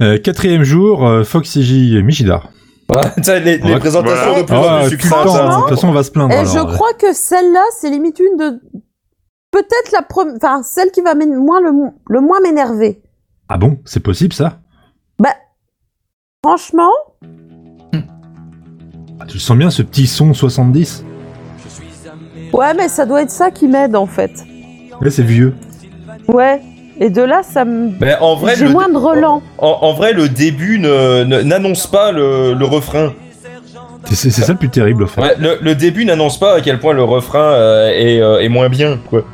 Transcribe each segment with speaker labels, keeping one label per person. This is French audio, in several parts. Speaker 1: Euh, quatrième jour, euh, Foxy J. Michida.
Speaker 2: Tu sais, les, les
Speaker 1: Ouais.
Speaker 2: présentations
Speaker 3: Voilà.
Speaker 2: de plus
Speaker 1: Ah,
Speaker 2: en plus
Speaker 1: tout le
Speaker 2: succinct,
Speaker 1: temps,
Speaker 2: ça.
Speaker 1: hein. de toute façon, on va se plaindre.
Speaker 4: Et
Speaker 1: alors.
Speaker 4: je crois que celle-là, c'est limite une de. Peut-être la première. Enfin, celle qui va m'én- moins le, mo- le moins m'énerver.
Speaker 1: Ah bon, c'est possible ça
Speaker 4: Franchement,
Speaker 1: Ah, Tu sens bien ce petit son 70
Speaker 4: ouais, mais ça doit être ça qui m'aide en fait.
Speaker 1: Là, Eh, c'est vieux.
Speaker 4: Ouais. Et de là, ça me.
Speaker 2: Mais Bah, en vrai,
Speaker 4: J'ai
Speaker 2: le, Oh,
Speaker 4: moins de relents.
Speaker 2: en, en vrai, le début ne- ne- n'annonce pas le, le refrain.
Speaker 1: C'est- C'est c'est ça le plus terrible, en fait.
Speaker 2: Ouais, le, le début n'annonce pas à quel point le refrain euh, est, euh, est moins bien, quoi.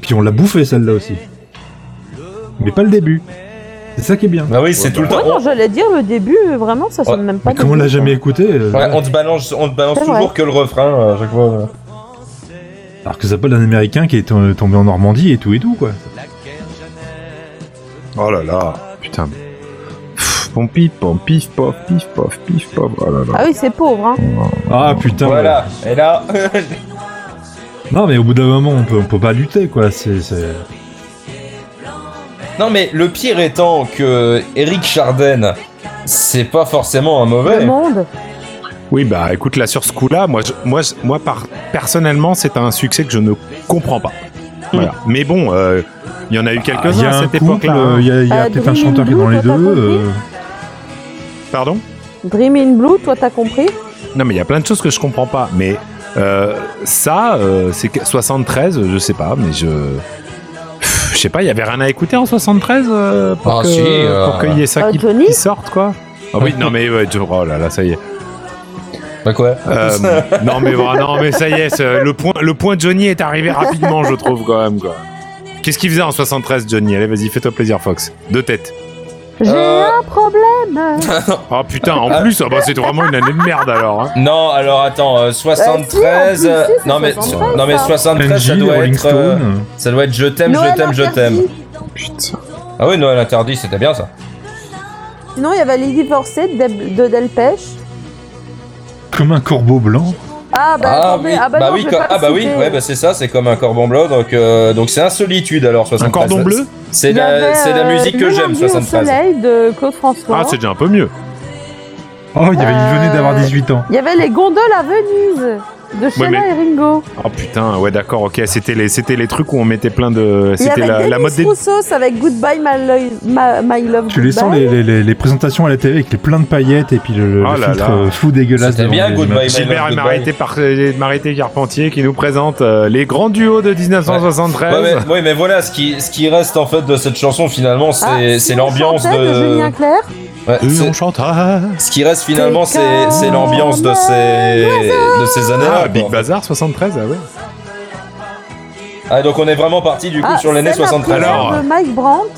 Speaker 1: Puis on l'a bouffé, celle-là aussi. Mais pas le début. Bah C'est ça qui est bien.
Speaker 2: Ah oui, c'est tout le temps.
Speaker 4: Ouais, non, j'allais dire le début, euh, vraiment, ça sonne même pas.
Speaker 1: Mais comme on
Speaker 4: début,
Speaker 1: l'a
Speaker 4: quoi.
Speaker 1: jamais écouté, euh,
Speaker 2: On, ouais, on te balance, on te balance
Speaker 4: C'est
Speaker 2: toujours
Speaker 4: vrai.
Speaker 2: que le refrain euh, à chaque fois. voilà.
Speaker 1: alors que ça parle d'un Américain qui est euh, tombé en Normandie et tout et tout, quoi.
Speaker 3: Oh là là, putain. Pff, Pom pif, pom pif, pof, pif, pof, pif, pof. Oh là là.
Speaker 4: Ah oui, c'est pauvre, hein.
Speaker 1: Ah putain.
Speaker 2: Voilà. Et là, euh,
Speaker 1: ouais. Non, mais au bout d'un moment, on peut, on peut pas lutter, quoi. C'est. c'est-
Speaker 2: non mais le pire étant que Eric Charden, c'est pas forcément un mauvais.
Speaker 4: Le monde.
Speaker 3: Oui, bah écoute, là sur ce coup-là, moi, je- moi, je- moi par, personnellement, c'est un succès que je ne comprends pas. Voilà. Mais bon, euh, il y en a eu
Speaker 1: Ah, Il y
Speaker 3: quelques-uns
Speaker 1: a
Speaker 3: à
Speaker 1: un
Speaker 3: cette
Speaker 1: couple,
Speaker 3: époque-là. hein.
Speaker 1: euh, il y a, il y a
Speaker 4: Euh,
Speaker 1: peut-être un
Speaker 4: Dream
Speaker 1: chanteur qui est dans
Speaker 4: Blue,
Speaker 1: les deux.
Speaker 4: t'as compris
Speaker 1: euh,
Speaker 3: Pardon
Speaker 4: Dream in Blue, toi, t'as compris
Speaker 2: Euh,
Speaker 3: Non, mais il y a plein de choses que je comprends pas. Mais euh, ça, euh, c'est que- 73, je sais pas, mais je. Pff, Je sais pas, il y avait rien à écouter en 73 euh, pour
Speaker 2: Ah,
Speaker 3: que-
Speaker 2: si, euh,
Speaker 3: pour qu'il y ait ça
Speaker 4: euh,
Speaker 3: qui,
Speaker 4: Johnny
Speaker 3: qui sorte, quoi. Ah oui, non, mais ouais, je- oh là là, ça y est.
Speaker 2: Bah quoi
Speaker 3: Euh, non, mais, voilà, non, mais ça y est, ce- le point, le point Johnny est arrivé rapidement, je trouve, quand même. quoi. Qu'est-ce qu'il faisait en 73, Johnny Allez, vas-y, fais-toi plaisir, Fox. Deux têtes.
Speaker 4: J'ai
Speaker 2: Euh.
Speaker 4: un problème.
Speaker 3: Oh putain, en plus, ah bah, c'est vraiment une année de merde alors. hein.
Speaker 2: Non, alors attends, euh, 73.
Speaker 4: Bah, si, en Bah, plus,
Speaker 2: euh,
Speaker 4: si,
Speaker 2: non mais
Speaker 4: 73,
Speaker 2: non mais
Speaker 4: ça.
Speaker 2: 73,
Speaker 1: NG,
Speaker 2: ça doit
Speaker 1: Rolling
Speaker 2: être euh,
Speaker 1: Stone.
Speaker 2: ça doit être je t'aime,
Speaker 4: Noël
Speaker 2: je t'aime, je t'aime.
Speaker 4: interdit.
Speaker 3: Putain.
Speaker 2: Ah oui, Noël interdit, c'était bien ça.
Speaker 4: Sinon, il y avait Les Divorcés de, Del- de Delpech.
Speaker 1: Comme un corbeau blanc.
Speaker 4: Ah bah attendez,
Speaker 2: oui,
Speaker 4: ah bah, non,
Speaker 2: oui,
Speaker 4: je vais
Speaker 2: co-
Speaker 4: pas
Speaker 2: ah bah
Speaker 4: le
Speaker 2: oui,
Speaker 4: citer.
Speaker 2: ouais, bah c'est ça, c'est comme un cordon bleu, donc euh, donc c'est insolitude alors 73.
Speaker 3: Un cordon bleu
Speaker 2: Ah, bah, C'est
Speaker 4: Il y
Speaker 2: la
Speaker 4: avait,
Speaker 2: c'est la
Speaker 4: euh,
Speaker 2: musique que
Speaker 4: Le
Speaker 2: j'aime
Speaker 4: lundi au
Speaker 2: 73.
Speaker 4: soleil de Claude François.
Speaker 3: Ah, c'est déjà un peu mieux.
Speaker 1: Oh, il, y avait, il venait d'avoir
Speaker 4: Euh,
Speaker 1: 18 ans.
Speaker 4: Il y avait les gondoles à Venise de Sheila
Speaker 3: mais-
Speaker 4: et Ringo.
Speaker 3: Oh putain, ouais, d'accord, ok. C'était les, c'était les trucs où on mettait plein de.
Speaker 4: Il y
Speaker 3: C'était
Speaker 4: avait
Speaker 3: la,
Speaker 4: Denis
Speaker 3: la mode des.
Speaker 4: Roussos avec Goodbye My, Lo- My- My Love.
Speaker 1: Tu les sens
Speaker 4: Goodbye.
Speaker 1: les, les- les- les présentations à la télé avec les pleins de paillettes et puis le, le- le
Speaker 3: Oh là
Speaker 1: filtre
Speaker 3: là.
Speaker 1: euh, flou dégueulasse.
Speaker 2: C'était
Speaker 1: devant
Speaker 2: bien
Speaker 1: les
Speaker 2: Goodbye,
Speaker 1: images.
Speaker 2: My
Speaker 3: Gilbert
Speaker 2: Love,
Speaker 3: et
Speaker 2: Goodbye.
Speaker 3: Marité, par... Marité Carpentier qui nous présentent euh, les grands duos de 1973.
Speaker 2: Ouais, mais, ouais, mais voilà, ce qui, ce qui reste en fait de cette chanson finalement, c'est
Speaker 4: Ah, si
Speaker 2: c'est
Speaker 4: on
Speaker 2: l'ambiance
Speaker 4: chantait de Julien
Speaker 2: de.
Speaker 4: Clerc.
Speaker 2: Ouais,
Speaker 3: Et
Speaker 2: c'est-
Speaker 3: on ah, chantera.
Speaker 2: ce qui reste finalement, c'est c'est l'ambiance de ces, de ces années-là.
Speaker 3: Ah, Big
Speaker 2: quoi.
Speaker 3: Bazar 73, ah ouais.
Speaker 2: Ah, donc on est vraiment parti du coup
Speaker 4: Ah,
Speaker 2: sur l'année
Speaker 4: c'est ma
Speaker 2: 73.
Speaker 4: prière
Speaker 3: Alors.
Speaker 4: de Mike Brandt.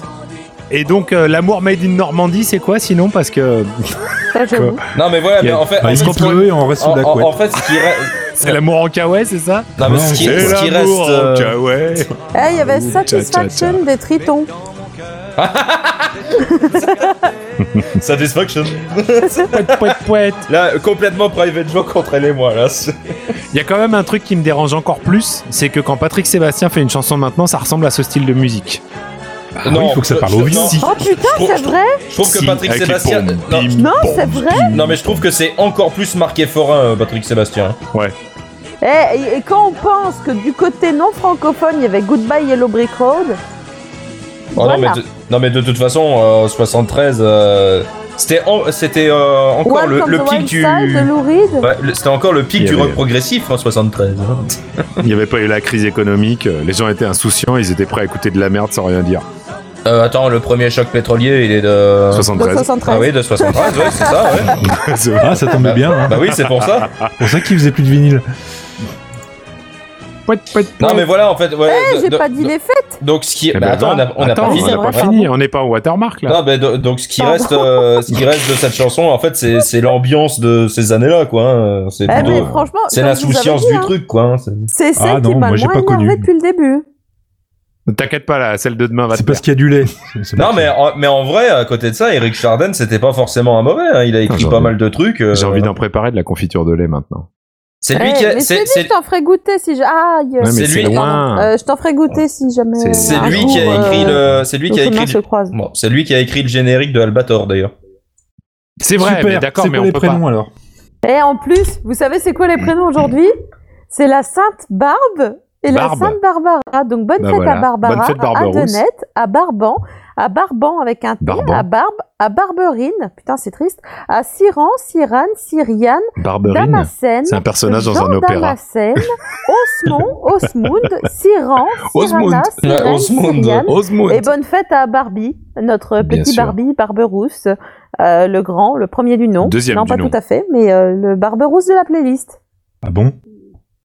Speaker 3: Et donc, euh, l'amour made in Normandie, c'est quoi sinon Parce que
Speaker 4: Ça, j'avoue.
Speaker 2: Non, mais voilà,
Speaker 3: Il y a-
Speaker 2: mais en fait.
Speaker 1: Ah,
Speaker 2: en
Speaker 1: il
Speaker 2: fait,
Speaker 1: se
Speaker 2: ce qui-
Speaker 1: pleut et on reste sous
Speaker 2: en,
Speaker 1: la
Speaker 2: en-
Speaker 1: couette.
Speaker 2: en fait, ce qui reste.
Speaker 3: c'est l'amour en kawaii, c'est ça
Speaker 2: Non, mais ce qui,
Speaker 3: C'est
Speaker 2: ce qui
Speaker 3: l'amour
Speaker 2: reste.
Speaker 3: en
Speaker 2: euh,
Speaker 3: kawaii.
Speaker 4: Eh, il y avait
Speaker 3: Ouh, tcha, tcha,
Speaker 4: Satisfaction des Tritons.
Speaker 2: Satisfaction.
Speaker 3: Pouet, pouet, pouet.
Speaker 2: Là, complètement private joke entre elle et moi, là. c'est-
Speaker 3: Il y a quand même un truc qui me dérange encore plus, c'est que quand Patrick Sébastien fait une chanson maintenant, ça ressemble à ce style de musique.
Speaker 1: Ah oui, il faut que ça
Speaker 2: je-
Speaker 1: parle
Speaker 2: je-
Speaker 1: au vide.
Speaker 2: non,
Speaker 3: Si.
Speaker 4: Oh putain,
Speaker 2: trouve-
Speaker 4: c'est
Speaker 2: je trouve-
Speaker 4: vrai
Speaker 2: Je trouve que
Speaker 3: Si,
Speaker 2: Patrick
Speaker 3: avec les
Speaker 2: Sébastien.
Speaker 3: pompes,
Speaker 2: Non,
Speaker 3: bim,
Speaker 4: Non,
Speaker 3: pom,
Speaker 4: c'est vrai
Speaker 3: bim.
Speaker 2: non, mais je trouve que c'est encore plus marqué forain, euh, Patrick Sébastien.
Speaker 4: Eh, et, et quand on pense que du côté non francophone, il y avait Goodbye Yellow Brick Road.
Speaker 2: Oh,
Speaker 4: voilà.
Speaker 2: non, mais de, non, mais de toute façon, euh, 73, euh, c'était en- c'était euh, encore le,
Speaker 4: Welcome
Speaker 2: le
Speaker 4: to
Speaker 2: pic
Speaker 4: Wild
Speaker 2: du.
Speaker 4: Side de Lou Reed.
Speaker 2: Ouais, le- c'était encore le pic
Speaker 3: Il y
Speaker 2: du rock
Speaker 3: avait-
Speaker 2: progressif en 73. hein.
Speaker 3: Il n'y avait pas eu la crise économique, euh, les gens étaient insouciants, ils étaient prêts à écouter de la merde sans rien dire.
Speaker 2: Euh, attends, le premier choc pétrolier, il est de.
Speaker 3: 73.
Speaker 4: De 73.
Speaker 2: Ah oui, de 73, ouais, c'est ça, ouais.
Speaker 3: C'est vrai.
Speaker 1: Ah, ça tombait bien. Hein.
Speaker 2: Bah oui, c'est pour ça.
Speaker 1: C'est pour ça qu'il faisait plus de vinyle.
Speaker 3: Pouet, pouet,
Speaker 2: Non,
Speaker 3: pouet.
Speaker 2: mais voilà, en fait, ouais.
Speaker 4: Eh,
Speaker 2: de-
Speaker 4: J'ai
Speaker 2: de-
Speaker 4: pas dit
Speaker 2: de-
Speaker 4: les faits.
Speaker 2: Donc, ce qui.
Speaker 3: Eh
Speaker 2: bah,
Speaker 3: ben,
Speaker 2: attends, on a- on n'a pas
Speaker 3: attends,
Speaker 2: fini.
Speaker 3: on n'a pas
Speaker 4: c'est vrai.
Speaker 3: fini, on n'est pas au watermark là.
Speaker 2: Non, mais do- donc, ce qui,
Speaker 4: Pardon.
Speaker 2: reste, euh, ce qui reste de cette chanson, en fait, c'est c'est l'ambiance de ces années-là, quoi. hein. C'est
Speaker 4: Eh,
Speaker 2: plutôt-
Speaker 4: mais franchement,
Speaker 2: c'est
Speaker 4: comme je vous
Speaker 2: l'insouciance
Speaker 4: avais
Speaker 2: du
Speaker 4: dit, hein,
Speaker 2: truc, quoi. hein, c'est-
Speaker 4: C'est celle
Speaker 1: Ah non,
Speaker 4: qui m'a
Speaker 1: moi, j'ai
Speaker 4: moins
Speaker 1: pas connu.
Speaker 4: énervée depuis le début.
Speaker 3: T'inquiète pas là, celle de demain va te
Speaker 1: C'est parce qu'il y a du lait. C'est- c'est
Speaker 2: Non,
Speaker 1: pas-
Speaker 2: mais en, mais en vrai, à côté de ça, Eric Chardin, c'était pas forcément un mauvais. hein. Il a
Speaker 3: Ah,
Speaker 2: écrit
Speaker 3: j'en
Speaker 2: pas
Speaker 3: ai-
Speaker 2: mal de trucs. euh,
Speaker 3: J'ai envie d'en préparer de la confiture de lait maintenant.
Speaker 2: C'est lui qui a.
Speaker 4: Eh, mais je t'ai
Speaker 2: C'est
Speaker 4: dit,
Speaker 2: c'est-
Speaker 4: je t'en ferai goûter si je... Aïe
Speaker 3: Ouais, mais
Speaker 2: C'est
Speaker 3: c'est
Speaker 2: lui.
Speaker 3: loin.
Speaker 4: Euh, je t'en ferai goûter si jamais...
Speaker 3: C'est-
Speaker 2: c'est
Speaker 4: un
Speaker 2: lui
Speaker 4: jour,
Speaker 2: qui a écrit
Speaker 4: euh,
Speaker 2: le. C'est lui
Speaker 4: nos
Speaker 2: qui a
Speaker 4: chemins
Speaker 2: écrit.
Speaker 4: se
Speaker 2: le-
Speaker 4: croisent.
Speaker 2: Bon, c'est lui qui a écrit le générique de Albator d'ailleurs.
Speaker 3: C'est vrai, mais
Speaker 1: Super.
Speaker 3: d'accord,
Speaker 1: C'est
Speaker 3: mais
Speaker 1: quoi
Speaker 3: on
Speaker 1: les
Speaker 3: peut
Speaker 1: prénoms alors
Speaker 4: Et en plus, vous savez c'est quoi les prénoms aujourd'hui C'est la Sainte Barbe et
Speaker 3: Barbe.
Speaker 4: la Sainte Barbara. Donc bonne
Speaker 3: Bah
Speaker 4: fête
Speaker 3: voilà.
Speaker 4: à Barbara,
Speaker 3: Bonne fête,
Speaker 4: à
Speaker 3: Barberousse.
Speaker 4: Denette, à Barban, à Barban avec un T,
Speaker 3: Barban.
Speaker 4: à Barbe, à Barberine, putain c'est triste, à Siran, Sirane, Syriane,
Speaker 3: pas. Barberine,
Speaker 4: Damascène,
Speaker 3: c'est un personnage dans
Speaker 4: Jean
Speaker 3: un opéra.
Speaker 4: Damascène, Osmond, Osmund, Siran, Sirana,
Speaker 3: Osmond.
Speaker 2: Ouais,
Speaker 4: Sirène,
Speaker 2: Osmond.
Speaker 4: Syriane,
Speaker 3: Osmond.
Speaker 4: et bonne fête à Barbie, notre
Speaker 3: Bien
Speaker 4: petit
Speaker 3: sûr.
Speaker 4: Barbie Barberousse, euh, le grand, le premier du nom.
Speaker 3: Deuxième
Speaker 4: non,
Speaker 3: du
Speaker 4: pas
Speaker 3: nom.
Speaker 4: tout à fait, mais euh, le Barberousse de la playlist.
Speaker 1: Ah bon